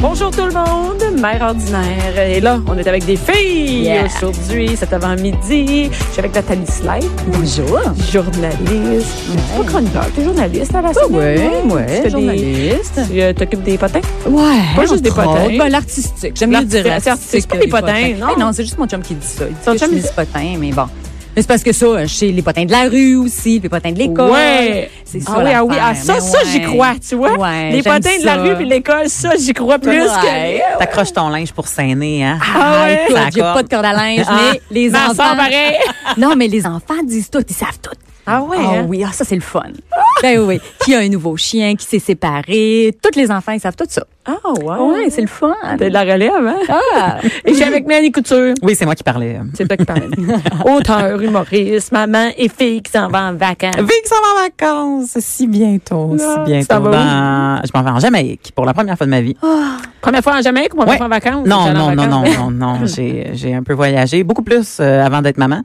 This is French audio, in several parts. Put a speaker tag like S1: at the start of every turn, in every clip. S1: Bonjour tout le monde, mère ordinaire. Et là, on est avec des filles
S2: Yeah.
S1: aujourd'hui, cet avant-midi. Je suis avec Nathalie Slay,
S2: Bonjour.
S1: journaliste. Tu pas chroniqueur, tu es journaliste à la semaine.
S2: Ouais,
S1: non? Tu fais
S2: ouais,
S1: des-
S2: journaliste.
S1: Tu euh, t'occupes des potins?
S2: Ouais.
S1: Pas juste des
S2: entre
S1: potins.
S2: autres. Ben, l'artistique. J'aime mieux
S1: L'artistique,
S2: dire
S1: c'est artistique, pas
S2: que
S1: des
S2: les
S1: potins, non.
S2: Eh non, c'est juste mon chum qui dit ça. Il dit
S1: Ton
S2: que
S1: chum,
S2: je
S1: il
S2: dis potins, mais bon. Mais c'est parce que ça, euh, chez les potins de la rue aussi, les potins de l'école.
S1: Ouais.
S2: C'est ça.
S1: Ah oui, ah oui, ah,
S2: l'affaire,
S1: ça,
S2: mais
S1: ça, j'y
S2: ouais.
S1: crois, tu vois.
S2: Ouais,
S1: les
S2: j'aime
S1: potins de la
S2: ça.
S1: rue puis de l'école, ça, j'y crois plus
S2: Ouais.
S1: que.
S3: T'accroches ton linge pour saigner, hein?
S1: Ah ouais?
S2: Écoute, j'ai
S3: D'accord.
S2: pas de corde à linge,
S1: Ah,
S2: mais les
S1: Ma
S2: enfants.
S1: soeur, pareil.
S2: non, mais les enfants disent tout, ils savent tout.
S1: Ah ouais,
S2: Ah
S1: hein?
S2: oui, ah, ça c'est le fun. ben oui, oui, qui a un nouveau chien, qui s'est séparé, tous les enfants ils savent tout ça.
S1: Ah ouais.
S2: Ouais, c'est le fun.
S1: T'as de la relève, hein?
S2: Ah.
S1: Et je suis avec Mélanie Couture.
S3: Oui, c'est moi qui parlais.
S1: C'est toi qui parles. Auteur, humoriste, maman et fille qui s'en va en vacances.
S3: Vic s'en va en vacances si bientôt,
S1: Ah,
S3: si
S1: tu t'en vas
S3: bientôt.
S1: où? Oh,
S3: Dans- Je m'en vais en Jamaïque pour la première fois de ma vie.
S1: Première fois en Jamaïque ou première
S3: Ouais.
S1: fois en vacances?
S3: non,
S1: J'allais en
S3: non, non, non,
S1: vacances.
S3: non, non, J'ai j'ai un peu voyagé, beaucoup plus euh, avant d'être maman.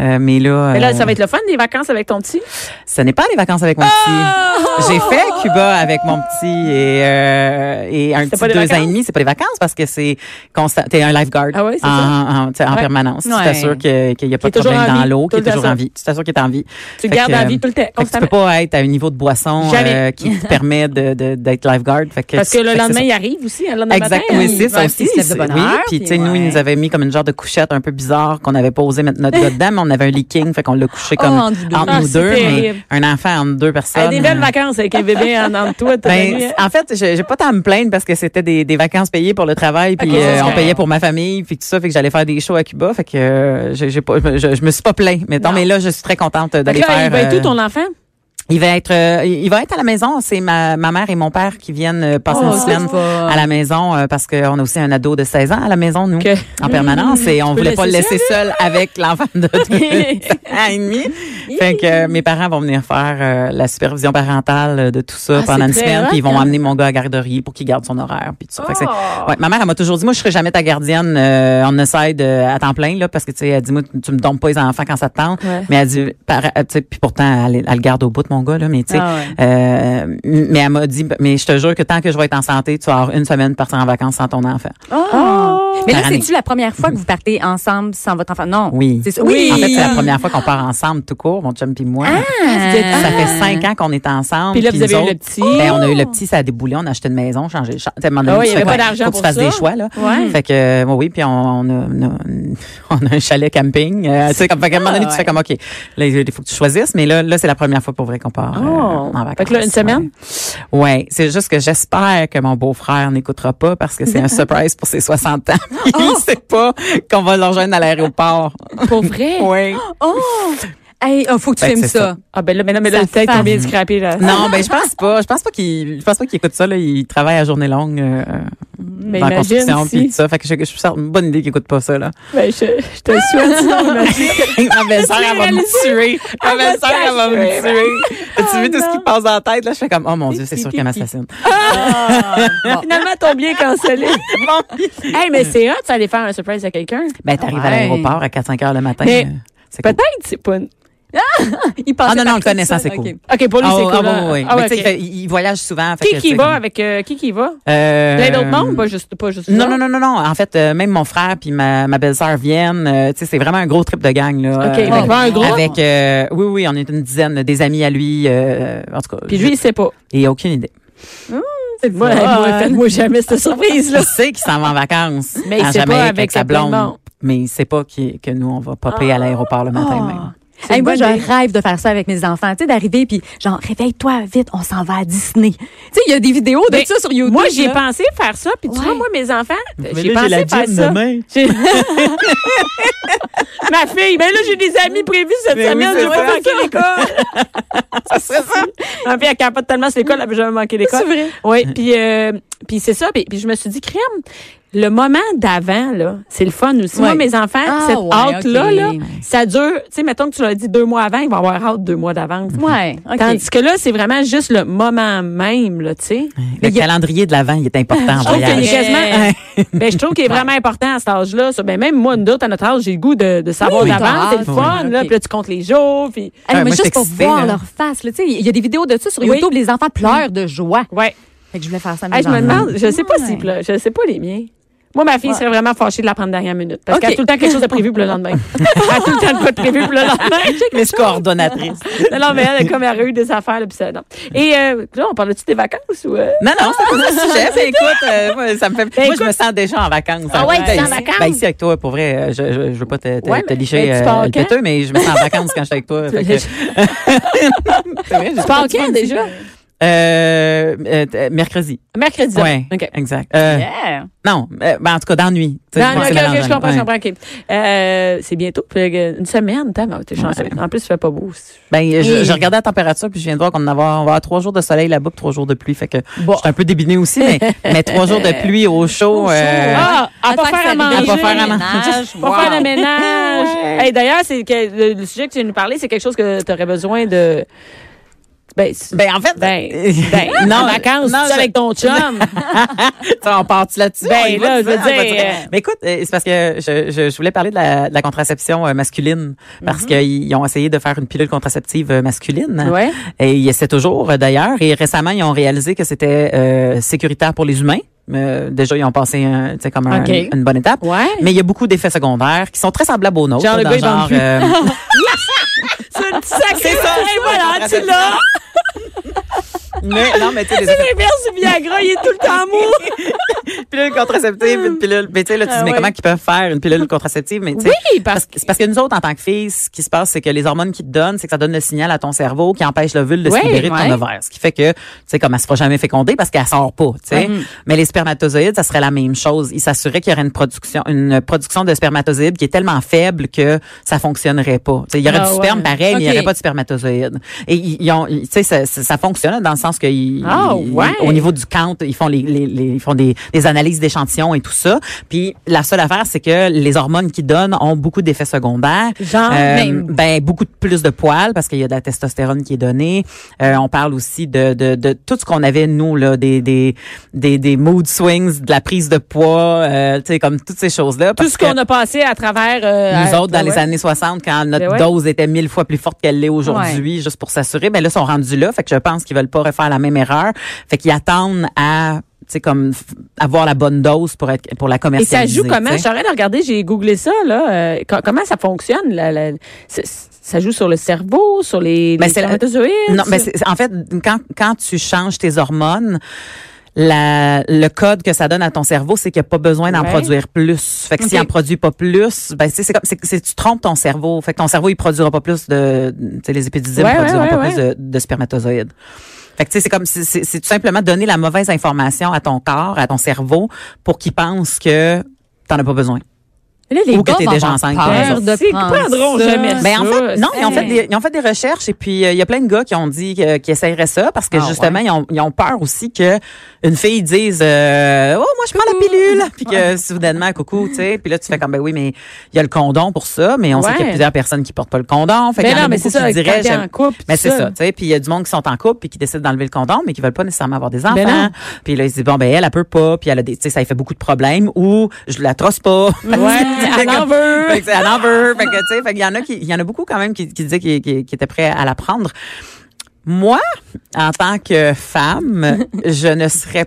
S3: Euh, mais là,
S1: Mais là,
S3: euh,
S1: ça va être le fun, les vacances avec ton petit.
S3: ce n'est pas les vacances avec mon
S1: Ah!
S3: petit. J'ai fait Cuba avec mon petit et, euh, et un
S1: C'était
S3: petit
S1: pas des
S3: deux ans
S1: vacances?
S3: et demi. C'est pas des vacances parce que c'est constant. T'es un lifeguard
S1: Ah ouais, c'est
S3: en,
S1: ça?
S3: en- tu sais, en
S1: Ouais.
S3: permanence.
S2: Ouais.
S3: Tu t'assures que- qu'il n'y a pas
S1: Qu'il est
S3: de
S1: toujours
S3: problème
S1: en
S3: dans
S1: vie,
S3: l'eau, qu'il est
S1: tout le
S3: toujours
S1: temps.
S3: en vie. Tu t'assures qu'il est en vie.
S1: Tu le
S3: Fait
S1: gardes
S3: que, euh,
S1: en vie tout le temps,
S3: Fait que tu peux
S1: constamment.
S3: pas être à un niveau de boisson
S1: Jamais.
S3: euh, qui te permet de, de- d'être lifeguard. Fait que,
S1: Parce que le
S3: fait c'est
S1: lendemain,
S3: ça.
S1: il arrive aussi, hein, le lendemain
S3: Exact,
S1: matin.
S3: oui,
S1: hein.
S3: c'est ça
S2: ouais,
S3: aussi.
S2: puis il se lève de
S3: c'est-
S2: bonne heure,
S3: oui, puis
S2: puis
S3: tu sais, nous,
S2: ouais.
S3: ils nous avaient mis comme une genre de couchette un peu bizarre qu'on avait pas osé mettre notre gars dedans, mais on avait un leaking, fait qu'on l'a couché
S2: Oh,
S3: comme
S2: entre nous deux.
S3: entre
S1: Ah,
S3: nous
S1: c'est
S3: deux, mais
S1: terrible.
S3: un enfant entre deux
S1: Ah,
S3: personnes.
S1: des belles vacances avec un bébé en en toi. t'as
S3: Ben,
S1: donné, hein.
S3: c'est- en fait, j'ai j'ai pas tant à me plaindre parce que c'était des, des vacances payées pour le travail, puis
S1: Ok,
S3: euh,
S1: c'est
S3: on
S1: correct.
S3: payait pour ma famille, puis tout ça, fait que j'allais faire des shows à Cuba, fait que euh, j'ai j'ai pas, je, je me suis pas plaint. Mettons,
S1: Non.
S3: mais là, je suis très contente
S1: Fait que
S3: d'aller
S1: là,
S3: faire.
S1: il va être
S3: euh,
S1: où ton enfant?
S3: il va être, euh, il va être à la maison. C'est ma, ma mère et mon père qui viennent euh, passer
S1: Oh,
S3: une semaine
S2: c'est le fun.
S3: à la maison euh, parce qu'on a aussi un ado de 16 ans à la maison nous
S1: Ok.
S3: en permanence et on
S1: peux
S3: voulait pas le
S1: laisser
S3: laisser seul avec l'enfant de deux ans et demi. Fait que euh, mes parents vont venir faire euh, la supervision parentale euh, de tout ça
S1: Ah, c'est
S3: pendant une
S1: très
S3: semaine puis ils
S1: rock,
S3: vont
S1: hein.
S3: amener mon gars à la garderie pour qu'il garde son horaire puis tout ça. Fait que c'est-
S1: Oh.
S3: ouais, ma mère elle m'a toujours dit moi je serai jamais ta gardienne euh, on side euh, à temps plein là parce que tu sais elle dit moi tu- tu me donnes pas les enfants quand ça te tente
S1: Ouais.
S3: mais elle dit par- euh, tu sais, puis pourtant elle, elle le garde au bout de mon gars là mais tu sais
S2: Ah ouais.
S3: euh, m- mais elle m'a dit, mais je te jure que tant que je vais être en santé, tu vas avoir une semaine de partir en vacances sans ton enfant.
S2: Ah. Mais là,
S3: Par année.
S2: c'est-tu la première fois que vous partez ensemble sans votre enfant? Non. Oh.
S3: Oui. Ah!
S2: C'est ça.
S1: Oui.
S3: En fait, c'est la première fois qu'on part ensemble tout court, mon chum et moi.
S2: Ah!
S3: Ça fait cinq ans qu'on est ensemble.
S1: Ah. Puis là, vous
S3: nous
S1: avez eu
S3: autres,
S1: le petit.
S3: Ben, on a eu le petit, ça a déboulé, on a acheté une maison, changé de chambre. Tu sais, à un moment donné,
S1: Ah oui, il y
S3: tu
S1: avait pas
S3: fais quoi?
S1: d'argent
S3: Faut que
S1: pour
S3: tu fasses
S1: ça.
S3: des choix, là.
S1: Ouais.
S3: Fait que, euh, oui, oui, puis on, on a, on, a, on a un chalet camping. Euh, tu sais, comme, fait qu'à un moment donné,
S2: Ah,
S3: tu
S2: ouais.
S3: fais comme, OK, là, il faut que tu choisisses, mais là, là c'est la première fois pour vrai qu'on part euh,
S1: Oh.
S3: en vacances.
S1: Fait que là, une semaine?
S3: Ouais. Ouais. c'est juste que j'espère que mon beau-frère n'écoutera pas parce que c'est un surprise pour ses 60 ans.
S1: Oh.
S3: il sait pas qu'on va le rejoindre à l'aéroport.
S1: Pour vrai?
S3: oui.
S2: Oh! Hey, oh, faut que tu
S3: Fait que
S2: filmes
S3: c'est
S2: ça.
S1: Ah, ben là, mais là, mais là,
S2: Sa
S1: le tête
S2: femme.
S1: t'as bien scrappé, là.
S3: Non, ben je pense pas. Je pense pas qu'il je pense pas qu'il écoute ça là, il travaille à journée longue euh,
S1: mais
S3: dans la construction
S1: imagine
S3: puis
S1: si.
S3: tout ça. Fait que je, je suis sûre- une bonne idée qu'il écoute pas ça là.
S1: Ben, je, je te le souhaite, sinon, imagine.
S3: Ma belle-sœur elle va me tuer. Ma
S1: Elle va
S3: belle-sœur elle va
S1: t'achever.
S3: me tuer. As-tu vu tout ce
S1: non.
S3: qui passe dans la tête là, je fais comme oh mon dieu, c'est sûr qu'elle m'assassine.
S1: Finalement, ton bien cancellé. hey, mais c'est hot, ça allait faire un surprise à quelqu'un.
S3: Ben t'arrives à
S2: Ouais.
S3: l'aéroport à 4-5 heures le matin.
S1: Mais
S3: euh, c'est cool.
S1: Peut-être, c'est pas. une-
S2: Il passe
S3: Ah non, non, le connaissant,
S2: connaissant,
S3: c'est cool.
S1: OK, pour lui,
S3: Ah,
S1: c'est
S3: ouais,
S1: cool.
S3: ah,
S1: hein.
S3: ouais, ouais.
S1: Ah,
S3: Mais
S1: ouais,
S3: tu sais,
S1: ok.
S3: il fait- il voyage souvent. fait
S1: Qui
S3: que,
S1: qui
S3: tu sais,
S1: va
S3: comme-
S1: avec euh, qui qui va
S3: Euh,
S1: Plein d'autres monde, pas juste pas juste
S3: Non, non, non, non, non. En fait, euh, même mon frère puis ma, ma belle-sœur viennent. euh, tu sais, c'est vraiment un gros trip de gang, là.
S1: OK,
S3: Euh,
S1: il va
S3: avec-
S1: avoir un gros.
S3: avec, euh, oui, oui, on est une dizaine, là, des amis à lui, euh, en tout cas.
S1: Puis lui, il sait pas. Ah,
S3: il a aucune idée.
S1: Moi,
S2: moi,
S1: moi jamais cette surprise là.
S3: Il sait qu'il s'en va en vacances.
S1: Mais il
S3: à
S1: sait pas
S3: Jamaïque
S1: avec sa
S3: sa blonde.
S1: blonde. Ah.
S3: Mais il sait pas qu'il- que nous, on va popper à l'aéroport le matin même.
S2: Hey,
S1: une
S2: moi,
S1: bonne
S2: je
S1: idée.
S2: rêve de faire ça avec mes enfants. Tu sais, d'arriver puis genre, réveille-toi vite, on s'en va à Disney. Tu sais, il y a des vidéos de
S1: Ben,
S2: ça sur YouTube.
S1: Moi, j'y ai
S2: là.
S1: pensé faire ça. Puis tu
S2: Ouais.
S1: vois, moi, mes enfants,
S4: Mais
S1: j'ai
S4: là, j'ai
S1: pensé
S4: la
S1: faire
S4: gym
S1: ça.
S4: demain.
S1: J'ai- Ma fille, ben là, j'ai des amis prévus cette
S3: Mais oui,
S1: semaine.
S3: c'est
S1: je vais
S3: ça.
S1: manquer l'école.
S3: Ça serait ça.
S1: Ma fille, elle capote tellement sur l'école, elle n'a jamais manqué l'école.
S2: C'est vrai.
S1: Oui, puis euh, puis c'est ça. Puis, puis je me suis dit, crème, le moment d'avant, là, c'est le fun aussi. Moi,
S2: Ouais.
S1: mes enfants,
S2: Ah,
S1: cette
S2: ouais,
S1: hâte-là,
S2: ok.
S1: là, ça dure, tu sais, mettons que tu l'as dit deux mois avant, ils vont avoir hâte deux mois d'avance.
S2: Ouais, OK.
S1: Tandis que là, c'est vraiment juste le moment même, là, tu sais.
S3: Le calendrier de l'avant, il est important en
S1: Je trouve qu'il est
S3: voyage.
S1: quasiment. Ben, je trouve qu'il est vraiment important à cet âge-là. ça. Ben, même moi, nous autres, à notre âge, j'ai le goût de, de savoir
S2: Oui, oui,
S1: d'avance.
S2: t'as
S1: C'est le
S2: hâte,
S1: fun,
S2: oui.
S1: là.
S2: Ok.
S1: Puis là, tu comptes les jours. Puis.
S2: Hey,
S3: Ouais,
S2: mais
S3: moi,
S2: juste
S3: j'étais
S2: pour
S3: excitée,
S2: voir
S3: là.
S2: leur face, là, tu sais, il y a des vidéos de ça sur
S1: Oui.
S2: YouTube, les enfants pleurent de joie.
S1: Ouais.
S2: Fait que je voulais faire ça à mes
S1: Hey, je me
S2: enfants.
S1: demande, je sais pas
S2: Ouais.
S1: si, là, je sais pas les miens. Moi, ma fille serait vraiment fâchée de la prendre dernière minute. Parce
S2: Ok.
S1: qu'elle a tout le temps quelque chose de prévu pour le lendemain. elle a tout le temps de quoi de prévu pour le lendemain.
S3: Mais je suis coordonnatrice.
S1: non, non, mais elle, comme elle a eu des affaires, là, puis ça, non. Et, euh, là, on parle-tu des vacances ou, euh?
S3: Non, non, c'est pas ça le sujet. Mais écoute, euh, moi, ça me fait. moi,
S1: Ah, Ben, écoute-
S3: je me sens déjà en vacances.
S1: Ah ouais, tu te
S3: Ben,
S1: sens en
S3: ici-
S1: vacances?
S3: Ben, ici, avec toi, pour vrai, euh, je, je, je veux pas te, te,
S1: Ouais,
S3: te
S1: mais-
S3: licher
S1: mais tu
S3: euh,
S1: pars
S3: le
S1: quand?
S3: péteux, mais je me sens en vacances quand je suis avec toi. fait que- C'est vrai, j'ai-
S1: Tu pars quand, déjà?
S3: Euh, euh, t- mercredi.
S1: Mercredi.
S3: Ouais,
S1: OK.
S3: exact. Euh,
S2: Yeah.
S3: Non, euh, ben, en tout cas, dans la nuit. Tu sais,
S1: Non, non,
S3: c'est
S1: ok, ok,
S3: mélangeable.
S1: je comprends,
S3: Ouais.
S1: je comprends. ok. Euh, c'est bientôt, puis, euh, une semaine, t'as t'es chanceux. En plus, il fait pas beau.
S3: Ben, je,
S2: Et-
S3: je regardais la température, puis je viens de voir qu'on en avoir, on va avoir trois jours de soleil là-bas, puis trois jours de pluie. Fait que
S2: Bon.
S3: je suis un peu débiné aussi, mais, mais trois jours de pluie au chaud. euh,
S1: ah, à pas
S2: Attends que
S1: faire à
S2: ça arrive,
S1: manger.
S3: À pas faire à
S2: le
S3: manger.
S2: ménage,
S1: Pas
S2: wow.
S1: faire le ménage. Hey, D'ailleurs, c'est que le, le sujet que tu viens de nous parler, c'est quelque chose que tu aurais besoin de. Ben, c'est-
S3: Ben, en fait,
S1: ben, ben, en vacances,
S3: non,
S1: tu es
S3: je-
S1: avec ton chum.
S3: Tu sais, on part là-dessus?
S1: Ben,
S3: On y va,
S1: là,
S3: tu
S1: je veux
S3: sais, on va
S1: dire, euh,
S3: Mais écoute, euh, c'est parce que je, je, je voulais parler de la, de la contraception euh, masculine parce qu'ils ont essayé de faire une pilule contraceptive euh, masculine.
S1: Mm-hmm. Ouais.
S3: Et ils essaient toujours, euh, d'ailleurs. Et récemment, ils ont réalisé que c'était euh, sécuritaire pour les humains. Euh, déjà, ils ont passé un, tu sais, comme un-
S1: Ok.
S3: une bonne étape.
S1: Ouais.
S3: Mais il y a beaucoup d'effets secondaires qui sont très semblables aux nôtres.
S1: Genre,
S3: là,
S1: le gars,
S3: dans
S1: il va me tuer.
S3: euh,
S1: C'est une sacrée.
S3: C'est ça, Ah,
S1: Hey,
S3: c'est
S1: voilà,
S3: ça,
S1: tu l'as.
S3: mais non, mais tu sais, les effets-
S1: L'inverse du Viagra, il est tout le temps mou.
S3: pilule contraceptive, une pilule. Mais tu sais, là, tu
S1: Ah
S3: dis, mais
S1: ouais.
S3: comment qu'ils peuvent faire une pilule contraceptive? Mais, tu sais,
S1: Oui, parce
S3: parce que- c'est parce que nous autres, en tant que filles, ce qui se passe, c'est que les hormones qui te donnent, c'est que ça donne le signal à ton cerveau qui empêche l'ovule de
S1: Ouais,
S3: se libérer de ton
S1: ouais.
S3: ovaire. Ce qui fait que, tu sais, comme elle se fera jamais féconder parce qu'elle sort pas, tu sais.
S1: Mm-hmm.
S3: Mais les spermatozoïdes, ça serait la même chose. Ils s'assuraient qu'il y aurait une production, une production de spermatozoïdes qui est tellement faible que ça fonctionnerait pas. Tu sais, il y aurait
S1: Ah
S3: du sperme
S1: ouais.
S3: pareil, mais il y
S1: Ok.
S3: aurait pas de spermatozoïdes. Et ils, ils ont, ils- tu sais, ça, ça, ça fonctionne dans le sens que ils-
S1: Ah
S3: ils-
S1: ouais.
S3: au niveau du count, ils font les, les- les- ils font des, des analyses d'échantillons et tout ça. Puis la seule affaire, c'est que les hormones qu'ils donnent ont beaucoup d'effets secondaires.
S1: Genre, même.
S3: ben beaucoup de plus de poils parce qu'il y a de la testostérone qui est donnée. Euh, on parle aussi de, de, de tout ce qu'on avait nous là, des des des, des mood swings, de la prise de poids, euh, tu sais comme toutes ces choses là.
S1: tout ce qu'on a passé à travers. euh,
S3: nous
S1: à-
S3: autres, dans les
S1: ouais.
S3: années 60, quand notre
S1: Ben ouais.
S3: dose était mille fois plus forte qu'elle l'est aujourd'hui, juste pour s'assurer, ben là, ils sont rendus là. Fait que je pense qu'ils veulent pas refaire la même erreur. Fait qu'ils attendent à, tu sais, comme, f- avoir la bonne dose pour être, pour la
S1: Et ça
S3: commercialiser.
S1: joue comment?
S3: tu
S1: Je
S3: sais.
S1: suis en train de regarder, j'ai googlé ça, là. euh, co- comment ça fonctionne? la- la- c'est- ça joue sur le cerveau, sur les,
S3: Ben,
S1: les
S3: c'est la-
S1: spermatozoïdes?
S3: Non, mais c'est- c'est- en fait, quand, quand tu changes tes hormones, la, le code que ça donne à ton cerveau, c'est qu'il n'y a pas besoin d'en
S1: Ouais.
S3: produire plus. Fait que s'il
S1: Ok.
S3: en produit pas plus, ben, tu sais, c'est comme, c'est, c'est- tu trompes ton cerveau. Fait que ton cerveau, il produira pas plus de, tu sais, les épididys
S1: Ouais, ouais,
S3: produiront
S1: ouais,
S3: pas
S1: ouais.
S3: plus de, de spermatozoïdes. Fait que, tu sais, c'est comme, c'est, c'est- c'est tout simplement donner la mauvaise information à ton corps, à ton cerveau, pour qu'il pense que t'en as pas besoin.
S2: Là, les
S3: Ou que
S2: gars
S3: t'es
S2: vont
S3: déjà
S2: avoir
S3: enceinte, par
S2: peur
S3: exemple.
S2: de
S1: C'est-
S2: prendre
S1: prendront
S2: ça.
S1: jamais
S3: Ben en
S1: Ça,
S3: fait, non, ils ont fait,
S2: c'est-
S3: des, ils ont fait des recherches et puis euh, il y a plein de gars qui ont dit que- qu'ils essaieraient ça parce que
S2: Ah,
S3: justement ils, ont, ils ont peur aussi que une fille dise euh, oh moi je prends la pilule puis que soudainement coucou tu sais puis là tu fais comme ben oui mais il y a le condom pour ça mais on sait qu'il y
S1: Ouais.
S3: a plusieurs personnes qui portent pas le condom fait
S1: Mais
S3: qu'il
S1: Ben
S3: y en
S1: non,
S3: a
S1: mais
S3: beaucoup
S1: c'est ça,
S3: qui diraient
S1: quand t'es en
S3: j'aime-
S1: couple,
S3: mais
S1: tout
S3: hein. Ben, c'est
S1: ça.
S3: ça tu sais puis il y a du monde qui sont en couple puis qui décident d'enlever le condom mais qui veulent pas nécessairement avoir des enfants
S1: Ben non.
S3: puis là ils se disent bon ben elle elle peut pas puis elle a des tu sais ça lui fait beaucoup de problèmes ou je la trosse pas
S1: Ouais, elle en veut.
S3: Fait que c'est à l'envers. Fait que, tu sais, fait qu'il y en a qui, il y en a beaucoup quand même qui, qui disaient qu'ils qu'ils- qu'ils étaient prêts à la prendre. Moi, en tant que femme, je ne serais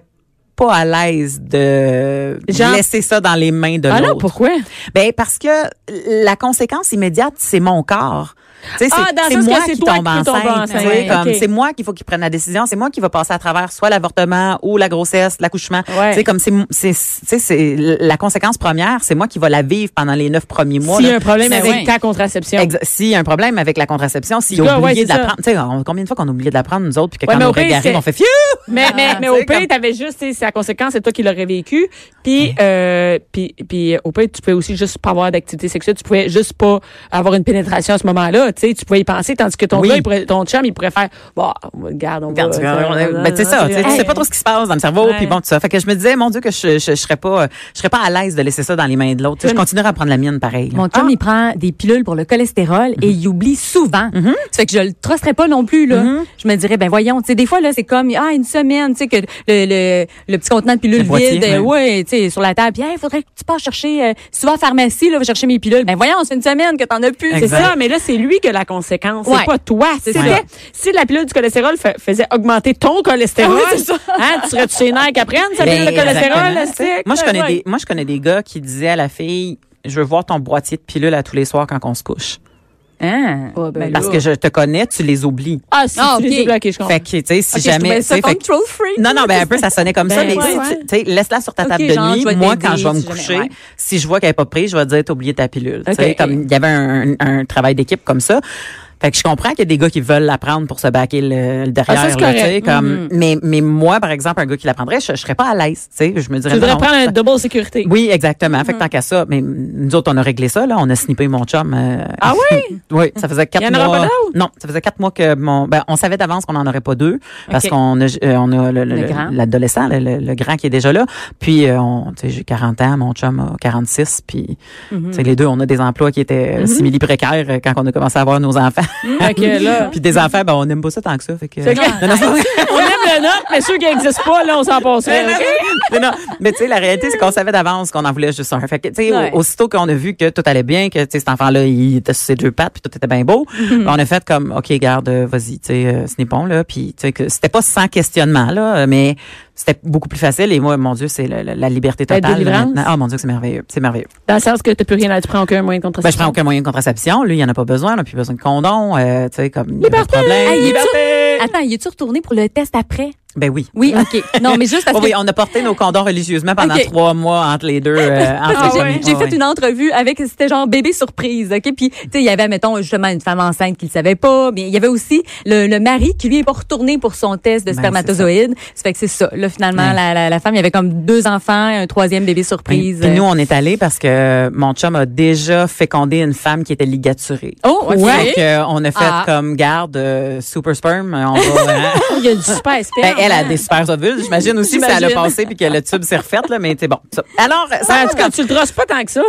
S3: pas à l'aise de
S1: Genre-
S3: laisser ça dans les mains de
S1: Ah non,
S3: l'autre.
S1: pourquoi?
S3: Ben parce que la conséquence immédiate, c'est mon corps. Tu sais,
S1: Ah,
S3: c'est
S1: dans le
S3: c'est
S1: sens que
S3: moi
S1: c'est
S3: qui
S1: toi
S3: tombe
S1: qui tombe
S3: enceinte. tu sais,
S1: enceinte,
S3: comme
S1: ok.
S3: C'est moi qui faut qu'il prenne la décision. C'est moi qui va passer à travers soit l'avortement ou la grossesse, l'accouchement.
S1: Ouais.
S3: Tu sais, comme c'est, m- c'est, c'est, c'est- c'est la conséquence première, c'est moi qui va la vivre pendant les neuf premiers mois.
S1: S'il y
S3: là.
S1: a
S3: ben
S1: un problème
S2: c'est-
S1: avec
S2: ouais.
S1: ta contraception.
S3: Exa- S'il y a un problème avec la contraception, s'il
S1: En tout
S3: a
S1: cas,
S3: oublié
S1: ouais,
S3: de
S1: c'est
S3: la
S1: ça.
S3: prendre, tu sais, on- combien de fois qu'on oublie de la prendre, nous autres, puis que
S1: Ouais, mais
S3: quand
S1: au
S3: nos règles
S1: pire,
S3: arrivent,
S1: c'est-
S3: on fait fiu!
S1: Mais, mais, mais
S3: Ah, Tu
S1: au
S3: sais,
S1: pire,
S3: comme-
S1: t'avais juste, tu sais, c'est la conséquence, c'est toi qui l'aurais vécu. Puis, euh, puis, puis, au pire, tu pouvais aussi juste pas avoir d'activité sexuelle. Tu pouvais juste pas avoir une pénétration à ce moment-là. Tu sais, tu pouvais y penser, tandis que ton
S3: Oui.
S1: gars, il pourrait- ton chum, il pourrait faire, bon, regarde, on va.
S3: Regarde, tu- ben, c'est ça, tu sais, tu sais pas trop ce qui se passe dans le cerveau,
S1: Ouais.
S3: puis bon, tout ça. Fait que je me disais, mon Dieu, que je, je, je serais pas, euh, je serais pas à l'aise de laisser ça dans les mains de l'autre. Tu sais, Je continuerai à prendre la mienne pareil. là.
S2: Mon chum,
S1: Ah.
S2: il prend des pilules pour le cholestérol et il oublie souvent.
S3: Mm-hmm.
S2: Ça fait que je le trusterais pas non plus, là. Je me dirais, ben voyons, tu sais, des fois, là, c'est comme, ah, une semaine, tu sais, que le, le, le petit contenant de pilules
S3: Le boîtier,
S2: vide, euh,
S3: ouais.
S2: ouais, tu sais, sur la table. Puis, il faudrait que tu passes chercher, euh, si tu vas à la pharmacie, là, va chercher mes pilules. Ben voyons, c'est une semaine que t'en as plus.
S1: C'est
S3: Exact.
S1: ça, mais là, c'est lui qui a la conséquence.
S2: Ouais.
S1: C'est pas toi.
S2: C'est
S1: C'était-
S2: ça.
S1: Si la pilule du cholestérol fa- faisait augmenter ton cholestérol,
S2: Ah oui, c'est ça.
S1: hein, tu serais-tu chez Nike après, sa
S3: Ben,
S1: pilule de cholestérol?
S3: exactement.
S1: c'est-
S3: Moi, je connais
S1: ouais.
S3: des, moi, je connais des gars qui disaient à la fille, je veux voir ton boîtier de pilules à tous les soirs quand on se couche.
S2: Hein?
S1: Ah, ben
S3: Parce
S1: là.
S3: que je te connais, tu les oublies.
S1: Ah, si,
S2: Ah,
S1: tu
S2: ok.
S1: les as bloqués, je comprends.
S3: Fait que, tu sais, si
S2: Ok, je
S3: jamais,
S2: trouvais
S3: tu sais,
S2: ça
S3: fait que-
S2: control free.
S3: non, non, ben un peu, ça sonnait comme ça.
S1: Ben,
S3: mais
S1: ouais,
S3: si
S1: ouais.
S3: tu- tu sais, laisse-la sur ta
S2: Ok,
S3: table
S2: genre,
S3: de nuit.
S2: je vais
S3: Moi,
S2: t'aider,
S3: quand je vais me
S2: si jamais,
S3: coucher,
S2: ouais.
S3: si je vois qu'elle n'est pas prise, je vais te dire, t'as oublié ta pilule. Tu sais,
S2: Ok.
S3: comme il y avait un, un travail d'équipe comme ça. Fait que je comprends qu'il y a des gars qui veulent la prendre pour se baquer le, le derrière.
S1: Ah, ça, c'est
S3: là, tu sais,
S1: correct.
S2: Mm-hmm.
S3: comme, mais, mais moi, par exemple, un gars qui la prendrait, je, je serais pas à l'aise. Tu sais, je me dirais.
S1: Tu voudrais
S3: non,
S1: prendre
S3: ça-
S1: un double sécurité.
S3: oui, exactement.
S1: Mm-hmm.
S3: Fait que tant qu'à ça, mais nous autres, on a réglé ça, là. On a snippé mon chum. euh,
S1: Ah oui?
S3: oui, ça faisait quatre
S1: Il y en aura
S3: mois.
S1: pas d'autres?
S3: non, ça faisait quatre mois que mon. Ben, on savait d'avance qu'on n'en aurait pas deux parce
S1: Ok.
S3: qu'on a, euh, on a le, le-
S2: Le grand.
S3: l'adolescent, le, le- le grand qui est déjà là. Puis, euh, on, tu sais, j'ai 40 ans, mon chum a 46. Puis,
S1: Mm-hmm.
S3: tu sais, les deux, on a des emplois qui étaient euh, simili précaires euh, quand on a commencé à avoir nos enfants.
S1: Fait que Mm, là,
S3: puis des enfants, ben, on n'aime pas ça tant que ça. Fait que,
S1: C'est clair.
S3: Non, non, c'est-
S1: on aime le nôtre, mais ceux qui n'existent pas, là, on s'en passe.
S3: Mais non, mais non. Mais tu sais, la réalité, c'est qu'on savait d'avance qu'on en voulait juste un. Fait que, tu sais, au-
S2: Ouais.
S3: aussitôt qu'on a vu que tout allait bien, que, tu sais, cet enfant-là, il était sur ses deux pattes, puis tout était bien beau,
S2: Mhm.
S3: on a fait comme, OK, garde, euh, vas-y, tu sais, euh, ce n'est bon, là. Puis, tu sais, que c'était pas sans questionnement, là, euh, mais c'était beaucoup plus facile. Et moi, mon Dieu, c'est la, la- la liberté
S1: La
S3: totale. là,
S1: délivrance.
S3: maintenant. Ah, mon Dieu, que c'est merveilleux. C'est merveilleux.
S2: Ah,
S1: Dans le sens que t'as plus rien à, tu prends aucun moyen de
S3: Ben, je prends
S1: contraception.
S3: aucun moyen de contraception. Lui, il n'y en a pas besoin. On n'a plus besoin de condom. euh, tu sais, comme, il y a pas de
S1: Liberté!
S3: problème.
S2: Hey, il est
S1: Liberté!
S2: Attends, il est-tu retourné pour le test après?
S3: Ben oui.
S2: Oui, OK. Non, mais juste parce
S3: Oh
S2: que
S3: oui, on a porté nos condoms religieusement pendant
S2: Ok.
S3: trois mois entre les deux. euh, entre
S2: Parce que
S3: les
S2: j'ai-
S3: amis.
S2: j'ai
S3: Ouais,
S2: fait
S3: ouais.
S2: une entrevue avec c'était genre bébé surprise ok puis tu sais il y avait mettons justement une femme enceinte qui le savait pas mais il y avait aussi le, le mari qui lui est pas retourné pour son test de
S3: Ben,
S2: spermatozoïde ça fait que c'est ça là finalement
S3: Ouais.
S2: la, la, la femme il y avait comme deux enfants et un troisième bébé
S3: Puis,
S2: surprise
S1: Ben, euh,
S2: euh,
S3: puis nous, on est allés parce que mon chum a déjà fécondé une femme qui était ligaturée.
S2: oh ok.
S3: Fait que, on a fait
S2: Ah.
S3: comme garde euh, super sperm. On va, hein.
S1: Il y a du super
S3: Ben,
S1: espère.
S3: elle a des super ovules, j'imagine aussi ça elle a
S1: J'imagine.
S3: passé puis que le tube s'est refait là, mais c'est bon. Ça- Alors, ça,
S1: en tout cas, Ah, tu le trosses pas tant que ça.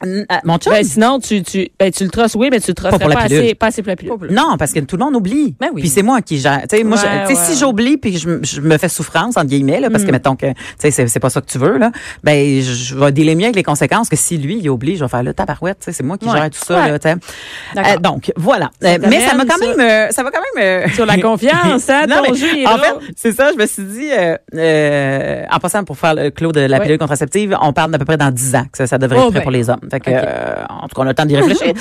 S3: N- euh, mon chum,
S1: Ben, sinon, tu, tu, ben, tu le trosses, oui, mais tu le trosserais
S3: Pas pour
S1: pas,
S3: la pilule.
S1: assez, pas assez pour la pilule.
S3: non, parce que tout le monde oublie.
S2: Ben oui.
S3: Puis c'est moi qui gère. Tu sais, moi, je-
S1: Ouais,
S3: tu sais,
S1: ouais. Mm.
S3: si j'oublie puis je, m- je me fais souffrance entre guillemets là, parce que mettons que tu sais, c'est c'est pas ça que tu veux là, ben je- je vais délémier avec les conséquences que si lui il oublie, je vais faire le tabarouette. tu sais, C'est moi qui
S1: Ouais.
S3: gère tout ça
S1: Ouais.
S3: là. tu sais.
S2: D'accord.
S3: Euh, donc voilà. Euh,
S1: t'amène,
S3: mais ça m'a quand
S1: ça.
S3: même, euh, ça va quand même. euh,
S1: Sur la confiance, hein,
S3: Non,
S1: ton
S3: mais
S1: jeu il est
S3: en
S1: drôle.
S3: fait, c'est ça, je me suis dit, euh, euh, en passant pour faire le clos de la
S1: Oui.
S3: pilule contraceptive, on parle d'à peu près dans 10 ans que ça, ça devrait
S2: Oh,
S3: être prêt
S2: ben.
S3: pour les hommes. Fait que,
S2: Ok.
S3: euh, en tout cas, on a le temps d'y réfléchir.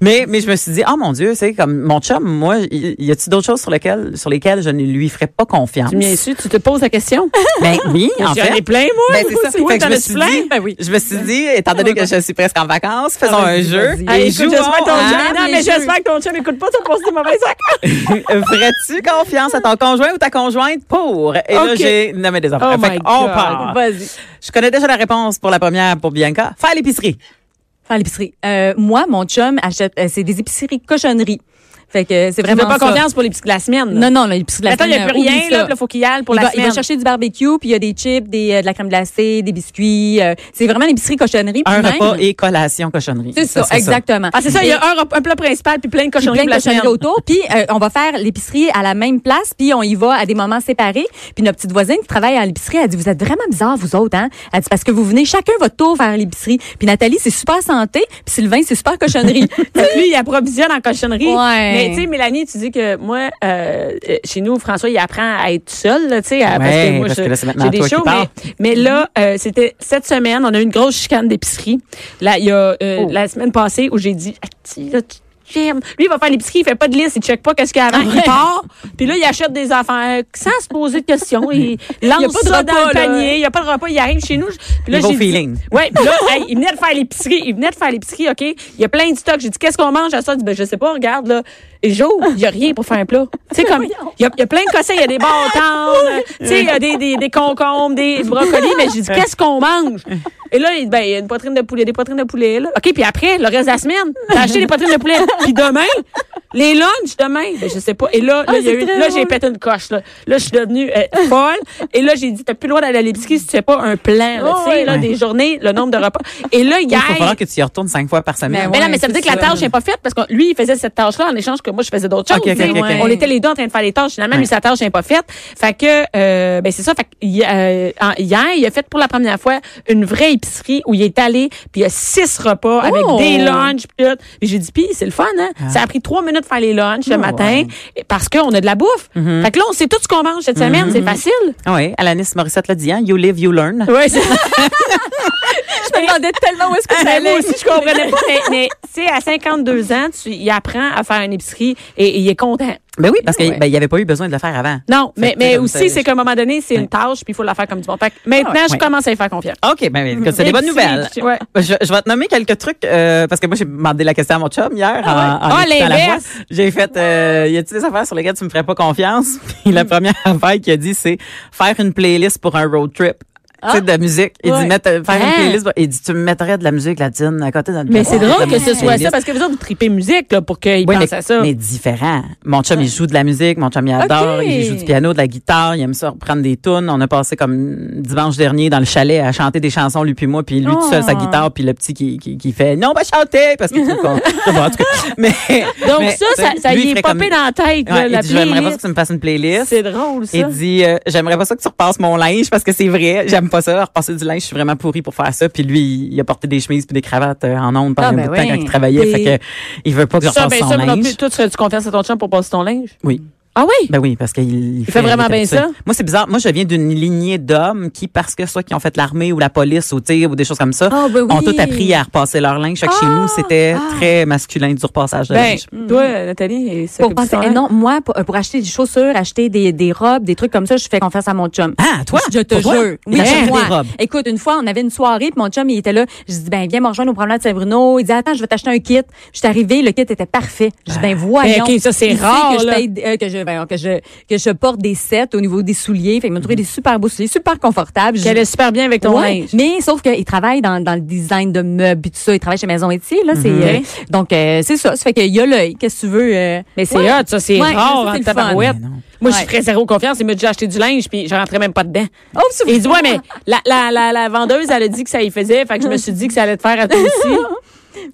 S3: mais, mais je me suis dit, oh mon Dieu, c'est comme mon chum, moi, y, y a-t-il d'autres choses sur lesquelles, sur lesquelles je ne lui ferais pas confiance?
S1: Tu me su, tu te poses la question.
S3: Ben oui, en
S1: J'en ai
S3: fait.
S1: plein, moi.
S3: Ben, c'est ça.
S1: Toi,
S3: Fait que
S1: t'en
S3: je me
S1: as-tu
S3: suis
S1: plein?
S3: dit,
S2: Ben oui.
S3: je me suis dit, étant donné que je suis presque en vacances, faisons
S2: Ah,
S3: un
S2: vas-y,
S3: jeu.
S2: vas-y.
S3: Et
S1: Hey, écoute,
S3: jouons hein?
S1: j'espère que ton
S3: à-
S1: chum, non,
S2: les
S1: mais
S2: jeux.
S1: j'espère que ton chum écoute pas, tu vas passer des mauvaises actes.
S3: Ferais-tu confiance à ton conjoint ou ta conjointe pour? Et là,
S1: Ok.
S3: j'ai nommé des enfants.
S1: Oh
S3: fait
S1: my
S3: qu'on
S1: God.
S3: part.
S2: vas-y
S3: Je connais déjà la réponse pour la première pour Bianca. Faire l'épicerie.
S2: faire l'épicerie Euh, moi mon chum achète euh, c'est des épiceries cochonneries fait que euh, c'est
S1: Tu
S2: vraiment
S1: fais pas
S2: ça.
S1: confiance pour les petits de la semaine.
S2: non non l'épicerie de la
S1: Attends, il n'y a
S2: semaine,
S1: plus
S2: euh,
S1: rien,
S2: oublie
S1: là,
S2: ça.
S1: puis là, faut qu'il y aille pour
S2: il
S1: la
S2: va, il va
S1: semaine.
S2: chercher du barbecue, puis il y a des chips, des, euh, de la crème glacée, des biscuits. euh, c'est vraiment l'épicerie cochonnerie. puis
S3: Un
S2: même-
S3: repas et collation cochonnerie.
S2: C'est ça, exactement.
S1: Ah, c'est ça, il y
S2: Et-
S1: a un, rep- un plat principal puis plein de
S2: puis
S1: cochonneries
S2: plein
S1: pour
S2: de
S1: la
S2: cochonneries
S1: semaine.
S2: autour, puis euh, on va faire l'épicerie à la même place, puis on y va à des moments séparés. Puis notre petite voisine qui travaille à l'épicerie, elle dit, vous êtes vraiment bizarres, vous autres, hein? Elle dit, parce que vous venez chacun votre tour vers l'épicerie. Puis Nathalie, c'est super santé, puis Sylvain, c'est super cochonnerie.
S1: Fait que lui, il approvisionne en cochonnerie.
S2: Ouais.
S1: Mais tu sais, Mélanie, tu dis que moi, euh, euh, chez nous, François, il apprend à être seul, là, tu sais, à- parce que
S3: Ouais,
S1: moi,
S3: parce
S1: je-
S3: que là, c'est maintenant
S1: j'ai des
S3: toi qui
S1: shows,
S3: parles. Mm-hmm.
S1: mais, mais là, euh, c'était cette
S3: Oh.
S1: semaine, on a eu une grosse chicane d'épicerie. Là, il y a euh, la semaine passée où j'ai dit, Ah, tu- là, tu- germe. Lui, il va faire l'épicerie, il fait pas de liste, il check pas qu'est-ce qu'il y a avant.
S3: Ah
S1: Il part, puis là, il achète des affaires sans se poser de questions. Il lance
S2: Il y a pas de
S1: ça dans
S2: repas,
S1: le
S2: là.
S1: panier. Il y a pas de repas, il arrive chez nous. Puis là,
S3: Les beaux
S1: j'ai dit-
S3: feelings.
S1: Ouais, puis là, hey, il venait de faire l'épicerie, il venait de faire l'épicerie, OK? Il y a plein de stocks. J'ai dit, qu'est-ce qu'on mange à ça? Il dit, ben, je sais pas, regarde, là. Et j'ouvre, il y a rien pour faire un plat. Tu sais, comme, il y, a- il y a plein de cossins, il y a des bâtons, euh, tu sais, il y a des, des, des concombres, des brocolis, mais j'ai dit, qu'est-ce qu'on mange? Et là, il dit, ben, il y a une poitrine de poulet, des poitrines de poulet, là. OK, puis après, le reste de la semaine, t'as acheté des poitrines de poulet. Puis demain, les lunchs, demain, ben, je sais pas. Et là, là, il y a
S2: Ah, c'est
S1: eu-
S2: très
S1: là,
S2: drôle.
S1: j'ai pété une coche, là. Là, je suis devenue euh, folle. Et là, j'ai dit, t'as plus le droit d'aller à l'épicerie si tu fais pas un plan, là,
S2: Oh,
S1: tu sais, là,
S3: ouais.
S1: des journées, le nombre de repas. Et là,
S3: Il
S1: hier.
S3: va falloir que tu y retournes cinq fois par semaine.
S2: Ben
S1: Mais non, mais
S2: Ouais,
S1: ça veut dire
S2: c'est
S1: que la
S2: ça.
S1: tâche n'est pas faite parce que lui, il faisait cette tâche-là en échange que moi, je faisais d'autres
S3: Ok,
S1: choses.
S3: ok,
S1: tu sais.
S3: ok, ok.
S1: On était les deux en train de faire les tâches. Finalement,
S3: Ouais.
S1: mais sa tâche n'est pas faite. Fait que, euh, ben c'est ça. Fait que, hi- euh, en- hier, il a fait pour la première fois une vraie épicerie où il est allé, puis il y a six repas avec
S2: Oh!
S1: des lunchs. Puis tout. Puis j'ai dit, puis c'est le fun, hein? Ça a pris trois minutes de faire les lunchs le
S3: Ah. Oh,
S1: matin
S3: ouais. Mm-hmm.
S1: et- parce qu'on a de la bouffe. Fait que là, on sait tout ce qu'on mange cette semaine. C'est facile.
S3: Oui, Ah Alanis Morissette l'a dit, hein, You live, you learn.
S1: Ouais, c'est-
S2: Je me demandais tellement où est-ce que tu
S1: Ben,
S2: allais.
S1: moi aussi, je comprenais pas. Mais, mais tu sais, à 52 ans, tu, il apprend à faire une épicerie et, et il est content.
S3: Ben oui, parce qu'il
S2: Ouais.
S3: n'y avait pas eu besoin de le faire avant.
S1: Non,
S3: Fait
S1: mais,
S3: que,
S1: mais
S3: comme ça,
S1: aussi, c'est qu'à un moment donné, c'est une tâche, puis il faut la faire comme du bon. Fait que maintenant,
S3: Ah ouais.
S1: je commence à y faire confiance.
S3: OK, ben, ben, écoute, c'est des
S1: Épicerie,
S3: bonnes nouvelles.
S1: tu- ouais.
S3: Je, je vais te nommer quelques trucs, euh, parce que moi, j'ai demandé la question à mon chum hier. en- en,
S1: Ah,
S3: écoutant la
S1: l'inverse.
S3: voix. J'ai fait, euh, y a-t-il des affaires sur lesquelles tu me ferais pas confiance? Puis
S1: Mm.
S3: la première affaire qu'il a dit, c'est faire une playlist pour un road trip. Tu sais, de musique. Il
S1: Ah. Ouais.
S3: dit, mettre, faire une
S1: Hein?
S3: playlist. pour- Il dit, tu me mettrais de la musique latine à côté de notre
S1: Mais c'est drôle que ce
S3: playlist.
S1: soit ça, parce que vous autres, vous tripez musique là, pour qu'il
S3: Ah, Oui,
S1: pense
S3: mais,
S1: à ça. Ah.
S3: mais différent. Mon chum, il joue de la musique, mon chum, il adore,
S2: Ok.
S3: il joue du piano, de la guitare, il aime ça reprendre des tunes. On a passé comme dimanche dernier dans le chalet à chanter des chansons, lui puis moi, puis lui tout seul,
S1: Ah.
S3: sa
S2: Oh.
S3: guitare, puis le petit qui, qui, qui fait « Non, on va chanter! » parce qu'il trouve qu'on... Bon, en tout cas, mais,
S1: Donc
S3: Ah, mais,
S1: ça, ça, ça
S3: lui, il
S1: y
S3: ferait
S1: est
S3: comme-
S1: popé dans la tête, là,
S3: Ouais, il
S1: la
S3: dit, J'aimerais pas ça que
S1: playlist.
S3: tu me fasses une playlist.
S1: C'est drôle, ça.
S3: Il dit euh, j'aimerais pas ça que tu repasses mon linge parce que c'est vrai, j'aime pas ça repasser du linge, je suis vraiment pourri pour faire ça. Puis lui, il a porté des chemises puis des cravates euh, en ondes pendant
S2: Ah,
S3: un
S2: ben
S3: bout de temps
S2: oui.
S3: quand il travaillait,
S1: Puis-
S3: fait que il veut pas que je
S1: Ça,
S3: repasse
S1: ben
S3: son
S1: ça, moi non
S3: linge.
S1: plus, toi, tu ferais-tu confiance à ton chum pour passer ton linge?
S3: Oui.
S1: Ah oui?
S3: Ben oui, parce qu'il
S1: fait vraiment bien
S3: habitué.
S1: ça?
S3: Moi, c'est bizarre. Moi, je viens d'une lignée d'hommes qui, parce que soit qui ont fait l'armée ou la police ou tir ou des choses comme ça,
S2: Ah, ben oui.
S3: ont tout appris à repasser leur linge. Fait que chez nous, c'était très masculin du repassage de
S1: Ah, Ben,
S3: linge.
S1: toi, Nathalie, c'est
S2: Pour penser,
S1: hein,
S2: eh non, moi, pour, euh, pour acheter des chaussures, acheter des, des robes, des trucs comme ça, je fais confiance à mon chum.
S3: Ah, toi?
S2: Je te
S3: Pourquoi?
S2: jure.
S3: Il t'achète
S2: c'est moi.
S3: des robes.
S2: Écoute, une fois, on avait une soirée, puis mon chum, il était là. Je dis, ben, viens me rejoindre au promenade de Saint-Bruno. Il dit, attends, je vais t'acheter un kit. Je suis arrivée, le kit était parfait. Je dis, ben, voyons.
S1: Ben, ok, ça, c'est
S2: Il sait
S1: rare,
S2: Que je,
S1: là.
S2: paye- euh, que, je, ben, que, je, que je porte des sets au niveau des souliers. Fait qu'il m'a trouvé des super beaux souliers, super confortables. Je-
S1: Qu'elle est super bien avec ton
S2: Ouais,
S1: linge.
S2: Mais sauf qu'il travaille dans, dans le design de meubles et tout ça. Il travaille chez Maison Etier, là. c'est,
S1: Mhm.
S2: euh, donc, euh, c'est ça. Ça fait qu'il y a l'œil. Qu'est-ce que tu veux? euh,
S1: Mais c'est
S2: ouais.
S1: hot, ça, c'est
S2: Ouais,
S1: rare
S2: ça, c'est
S1: en
S2: le
S1: tabarouette.
S3: fun. Mais non.
S1: Moi,
S2: Ouais.
S1: je ferais zéro confiance. Il m'a déjà acheté du linge, puis je rentrais même pas dedans.
S2: Oh, c'est
S1: Il dit, ouais, mais la, la, la, la vendeuse, elle a dit que ça y faisait, fait que je me suis dit que ça allait te faire à toi aussi.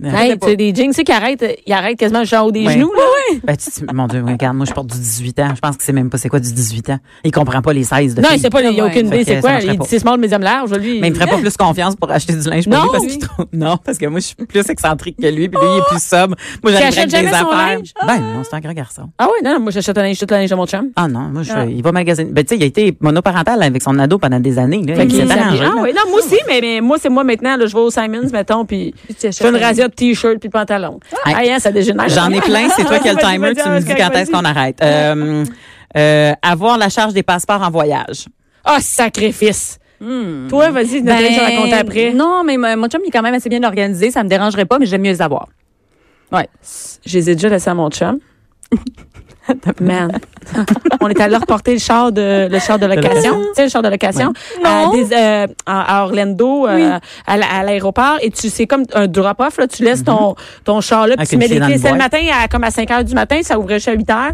S3: Ouais.
S1: hey, tu sais, des jeans, tu sais, qui arrêtent, euh, ils arrêtent quasiment jusqu'en haut des
S3: Ouais.
S1: genoux, là.
S3: Ben, tu- tu- mon Dieu, regarde, moi, je porte du 18 ans. Je pense que c'est même pas c'est quoi du 18 ans. Il comprend pas les 16 de
S1: Non,
S3: filles.
S1: il sait pas, il a
S2: Ouais.
S1: aucune
S3: Fait
S1: idée,
S3: que ça
S1: c'est quoi.
S3: marcherait
S1: Il
S3: pas.
S1: dit, c'est small, medium, large, lui.
S3: Mais il me ferait pas plus confiance pour acheter du linge pour
S1: Non.
S3: lui parce qu'il trouve... Non, parce que moi, je suis plus excentrique que lui, puis lui, il est plus sobre. Moi, j'aimerais
S1: achètes
S3: des
S1: Oh! jamais son
S3: affaires.
S1: linge?
S3: Ben non, c'est un grand garçon.
S1: Ah ouais, non, non, moi, j'achète un linge, tout le linge de mon chum.
S3: Ah non, moi, je,
S1: Ah.
S3: il va magasiner. Ben, tu sais, il a été monoparental avec son ado pendant des années. Là.
S1: Fait
S3: Il
S1: qu'il
S3: s'est
S1: s'habille.
S3: arrangé.
S1: Ah
S3: là.
S1: ouais, non, moi aussi, mais, mais moi, c'est moi maintenant, là, je vais au Simons, mettons, puis
S2: Tu
S1: je
S2: t'achètes
S1: fais une
S2: un-
S1: razzia de t-shirt puis de pantalon.
S3: Hey.
S1: Ah, hein, ça dégénère.
S3: J'en ai plein. C'est toi qui as le
S1: Vas-y,
S3: timer.
S1: vas-y,
S3: Tu me dis
S1: vas-y,
S3: quand est-ce
S1: vas-y.
S3: qu'on arrête. Euh, euh, avoir la charge des passeports en voyage.
S1: Ah, sacrifice. Toi, vas-y, Nathalie, je te raconte après.
S2: Ben, Non, mais mon mon chum, il est quand même assez bien organisé. Ça me dérangerait pas, mais j'aime mieux les avoir. Ouais.
S1: Je les ai déjà laissés à mon chum. Man. On est allé reporter le char de, le char de location. Tu sais, le char de location. À,
S2: Non.
S1: des- euh, à- à Orlando, euh, à, la- à l'aéroport. Et tu, c'est comme un drop-off, là. Tu
S3: Mm-hmm.
S1: laisses ton, ton char là, puis
S3: Avec
S1: tu
S3: une
S1: mets
S3: clé
S1: les
S3: dans
S1: clés.
S3: une
S1: C'est le
S3: boîte.
S1: matin, à, comme à 5 heures du matin. Ça ouvrait jusqu'à 8 heures.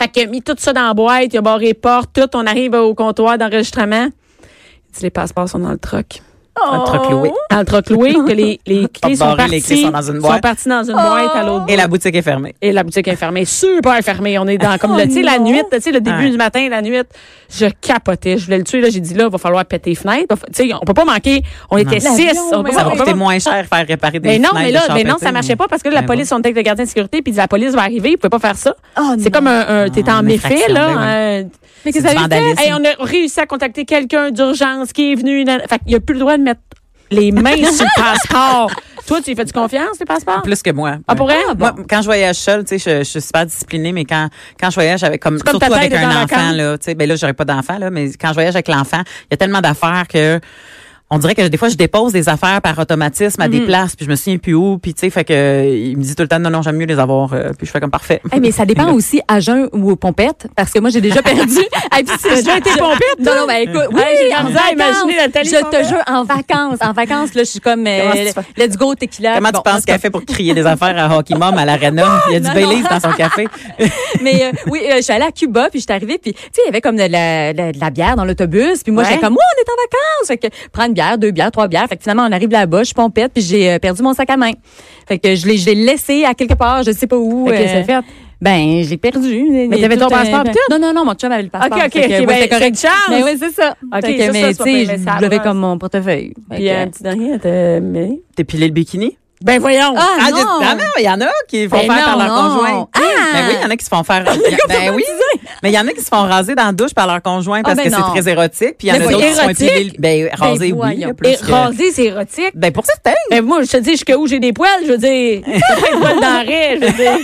S1: Fait qu'il a mis tout ça dans la boîte. Il a barré les portes, tout. On arrive au comptoir d'enregistrement. Il dit, les passeports sont dans le truck. Oh.
S3: Un truc loué.
S1: Dans le truck loué, que les, les clés sont
S3: barré,
S1: parties.
S3: les clés sont dans une boîte.
S1: parties dans une boîte à l'autre
S3: Et la boutique est fermée.
S1: et la boutique est fermée, super fermée. On est dans comme le, tu sais, la nuit, tu sais, le début
S3: Oh Ouais.
S1: du matin, la nuit, je capotais. Je voulais le tuer là. J'ai dit là, va falloir péter les fenêtres. Va fa- Tu sais, on peut pas manquer. On était
S2: L'avion,
S1: six. On
S2: mais
S1: peut
S3: Ça
S1: pas-
S3: va
S1: on peut
S3: coûter
S1: pas-
S3: moins cher faire réparer des
S1: mais non,
S3: fenêtres
S1: mais
S3: de Ben,
S1: là,
S3: char
S1: mais non,
S3: pété,
S1: ça marchait pas parce que là, la
S3: mais
S1: police, on était avec le gardien de sécurité, puis il dit, la police va arriver, il pouvait pas faire ça.
S2: Oh, non.
S1: c'est comme un, un- t'es
S3: Ah,
S1: en
S3: une
S1: méfait,
S3: infraction,
S1: là.
S3: ben
S1: euh,
S2: Mais
S3: C'est
S2: qu'est-ce
S3: du
S2: que ça avait fait?
S3: vandalisme.
S1: Hey, on a réussi à contacter quelqu'un d'urgence qui est venu. nan- Fait qu'il n'y a plus le droit de mettre les mains sur le passeport. Toi, tu lui fais-tu confiance, tes passeports?
S3: Plus que moi.
S1: Ah, pour
S3: Ouais.
S1: vrai? Ah, bon.
S3: Moi, quand je voyage seule, tu sais, je, je suis super disciplinée, mais quand, quand je voyage avec, comme,
S1: comme ta
S3: surtout
S1: tête
S3: avec
S1: est dans la
S3: un enfant,
S1: cave.
S3: là, tu sais, ben là, j'aurais pas d'enfant, là, mais quand je voyage avec l'enfant, il y a tellement d'affaires que, on dirait que des fois, je dépose des affaires par automatisme
S1: Mhm.
S3: à des places, puis je me souviens plus où, puis tu sais, fait que, il me dit tout le temps, non, non, j'aime mieux les avoir, euh, puis je fais comme parfait.
S2: Eh, mais ça dépend aussi à jeun ou aux pompettes, parce que moi, j'ai déjà perdu. Eh, puis si
S1: T'as
S2: je-
S1: déjà été
S2: je-
S1: pompette,
S2: Non, non, ben écoute, oui,
S1: Ouais, j'ai de la
S2: en
S1: misère à
S2: vacances.
S1: imaginer Nathalie
S2: Je
S1: pompette.
S2: te jure, en vacances. En vacances, là, je suis comme, euh,
S3: Comment tu fais?
S2: let's go, tequila.
S3: Comment
S2: Bon,
S3: tu penses
S2: en tout cas,
S3: qu'elle fait pour crier des affaires à Hockey Mom à l'arena? Il y a du
S2: non,
S3: Baileys
S2: non.
S3: dans son café.
S2: Mais euh, oui, euh, je suis allée à Cuba, puis je suis arrivée, puis tu sais, il y avait comme de la, de la- de la bière dans l'autobus, puis moi,
S1: Ouais.
S2: j'étais comme, oh, on est en vacances! Fait que, prends une bière, deux bières, trois bières. Fait que finalement, on arrive là-bas, je pompette, puis j'ai euh, perdu mon sac à main. Fait que je l'ai je l'ai laissé à quelque part, je sais pas où.
S1: Fait que
S2: euh,
S1: c'est fait.
S2: Ben, je l'ai perdu. Mais euh, ben,
S1: t'avais ton passeport pis tout?
S2: Non, non, non, mon chum avait le passeport.
S1: OK, OK,
S2: Fait que,
S1: OK,
S2: ouais,
S1: ben,
S2: c'était correct.
S1: c'est une chance.
S2: Mais oui, c'est ça.
S1: OK,
S2: Fait que,
S1: ça,
S2: mais
S1: ça, c'est
S2: tu sais,
S1: pas bien, mais ça
S2: je l'avais
S1: avance.
S2: comme mon portefeuille. Fait
S1: Puis euh,
S2: que,
S1: un petit dernier, t'as mais-
S3: T'es pilé le bikini?
S1: Ben voyons.
S2: Ah,
S3: Ah,
S2: non!
S3: j'ai- ah non, il y en a qui font
S2: Ben
S3: faire par
S2: non,
S3: leur
S2: non.
S3: conjoint.
S2: Ah!
S3: Ben oui, il y en a qui se font faire. ben oui. Mais il y en a qui se font raser dans la douche par leur conjoint parce
S2: ben
S3: que
S2: non.
S3: c'est très érotique. Puis il y en
S1: Mais
S3: a
S1: c'est
S3: d'autres qui se font
S1: érotique?
S3: épiler. le- Ben, raser, oui.
S2: voyons.
S3: là, plus
S1: Et
S3: que-
S1: raser, c'est érotique.
S3: Ben, pour certains.
S1: Ben moi, je te dis jusqu'à où j'ai des poils, je veux dire. C'est pas une poil d'arrêt, je veux dire.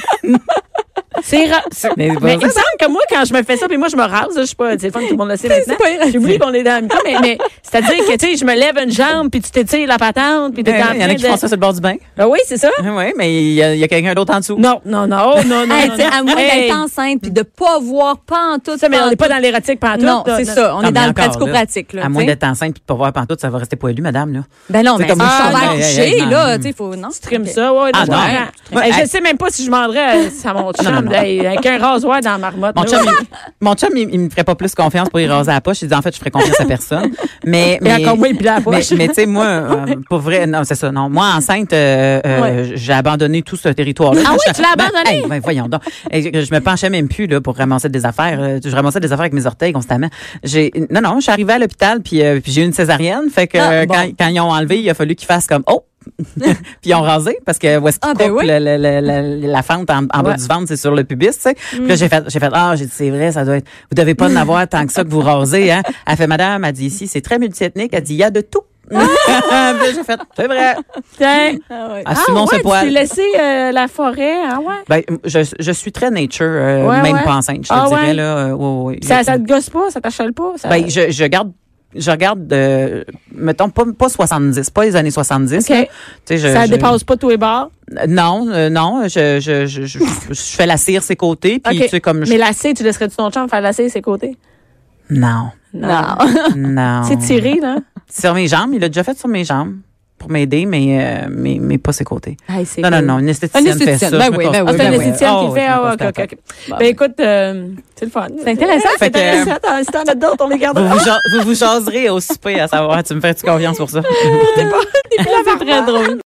S1: C'est ra- c'est-
S3: Mais bon,
S1: Mais il
S3: ça,
S1: me semble que moi, quand je me fais ça, puis moi, je me rase, là, je suis pas, c'est le fun, tout le monde le sait maintenant.
S2: c'est pas
S1: J'oublie qu'on est dans le temps, mais, mais c'est-à-dire que, tu sais, je me lève une jambe, puis tu t'étires la patente, puis t'es
S3: ben,
S1: en train
S3: Il y en a qui
S1: de-
S3: font ça sur le bord du bain.
S1: Ben oui, c'est ça?
S3: Ah Oui, mais il y a, il y a quelqu'un d'autre en dessous.
S1: Non, non, non, oh, non, non.
S2: Hey,
S1: non,
S2: tu sais, à
S1: non.
S2: moins
S1: Hey.
S2: d'être enceinte puis de pas voir pas en tout.
S1: Ça, mais on n'est pas dans l'érotique pantoute.
S2: Non, c'est ça. On
S3: Ah,
S2: est
S3: mais
S2: dans le
S3: encore, là,
S2: pratico-pratique. là,
S3: À moins
S2: tu sais.
S3: d'être enceinte puis de pas voir pantoute, ça va rester poilu, madame, là.
S2: Ben non,
S3: C'est
S2: mais
S3: comme
S2: si
S3: ça.
S2: on va
S3: Hey, hey,
S2: accoucher,
S3: hey,
S2: là,
S3: non.
S2: tu sais, faut... Non, tu
S1: Trim ça, ouais,
S3: Ah,
S1: non,
S3: non.
S1: ouais.
S3: Ouais,
S1: Hey,
S3: hey.
S1: Je sais même pas si je m'endrais ça mon chum,
S3: non, non.
S1: hey, avec un rasoir dans la marmotte.
S3: Mon
S1: là.
S3: chum, il, mon chum, il, il me ferait pas plus confiance pour y raser la poche. Il dit, en fait, je ferais confiance à personne. Mais, mais,
S1: encore moins, il pile la
S3: mais,
S1: poche.
S3: mais tu sais, moi, euh, pour vrai, non, c'est ça, non. Moi, enceinte, euh, euh,
S1: Ouais.
S3: j'ai abandonné tout ce territoire-là.
S1: Ah oui,
S3: Je-
S1: tu l'as
S3: ben,
S1: abandonné?
S3: hey, ben, voyons donc. Et Je, je me penchais même plus, là, pour ramasser des affaires. Euh, Je ramassais des affaires avec mes orteils constamment. J'ai, non, non, je suis arrivée à l'hôpital puis, euh, puis j'ai eu une césarienne. Fait que,
S2: Ah,
S3: euh,
S2: bon.
S3: quand, quand ils ont enlevé, il a fallu qu'ils fassent comme, oh! puis ils ont rasé parce que où est-ce qu'ils
S2: Ah, ben
S3: coupent
S2: oui.
S3: le- le- le- le- la fente en, en bas
S1: Ouais.
S3: du ventre, c'est sur le pubis, tu sais. Puis
S2: Mm.
S3: là, j'ai fait, j'ai fait, ah, j'ai dit, c'est vrai, ça doit être, vous devez pas en avoir tant que ça que vous rasez, hein. Elle fait, madame, elle dit, ici, c'est très multiethnique, elle dit, il y a de tout. Puis
S2: Ah!
S3: là, j'ai fait, c'est vrai.
S1: Tiens.
S3: Assumons
S1: Ah, ouais,
S3: ce
S1: Tu t'es
S3: poil.
S1: laissé euh, la forêt, ah ouais.
S3: Ben, je, je suis très nature, euh,
S1: Ouais,
S3: même
S1: ouais.
S3: pas enceinte, je te
S1: Ah,
S3: dirais,
S1: ouais.
S3: là. euh, ouais, ouais.
S1: Ça, ça te gosse pas, ça t'achale pas. Ça...
S3: Ben, je, je garde, je regarde, euh, mettons, pas, pas 70, pas les années 70.
S1: OK.
S3: là. Tu sais, je-
S1: ça
S3: je-
S1: dépasse pas tous les bords.
S3: Non, euh, non, je, je, je, je, je fais la cire ses côtés, puis
S1: OK.
S3: tu sais, comme je-
S1: Mais la C, tu laisserais-tu ton champ faire la C ses côtés?
S3: Non,
S2: Ben,
S1: Non.
S3: non.
S1: C'est tiré, là.
S3: Sur mes jambes, il l'a déjà fait sur mes jambes pour m'aider, mais, euh, mais, mais pas ses côtés. Non, non, non, une esthéticienne,
S2: Un esthéticienne,
S3: fait ça.
S2: ben
S3: je me
S2: oui, ben oui,
S3: casse
S1: Ah,
S3: pas
S1: c'est
S3: la
S1: un
S2: ben
S3: tête.
S2: oui.
S1: esthéticienne
S3: Ah,
S1: qui
S3: oui,
S1: fait.
S3: je me
S1: Ah, ouais,
S3: casse
S1: OK,
S3: la
S1: OK.
S3: tête.
S1: ok. Ben, écoute, euh, c'est le fun.
S2: C'est intéressant.
S1: C'est
S3: Fait que-
S1: intéressant. Attends, Si t'en as d'autres, on les garde.
S3: Vous vous, ja- vous vous jaserez au souper à savoir, tu me fais-tu confiance pour ça?
S1: C'est très drôle.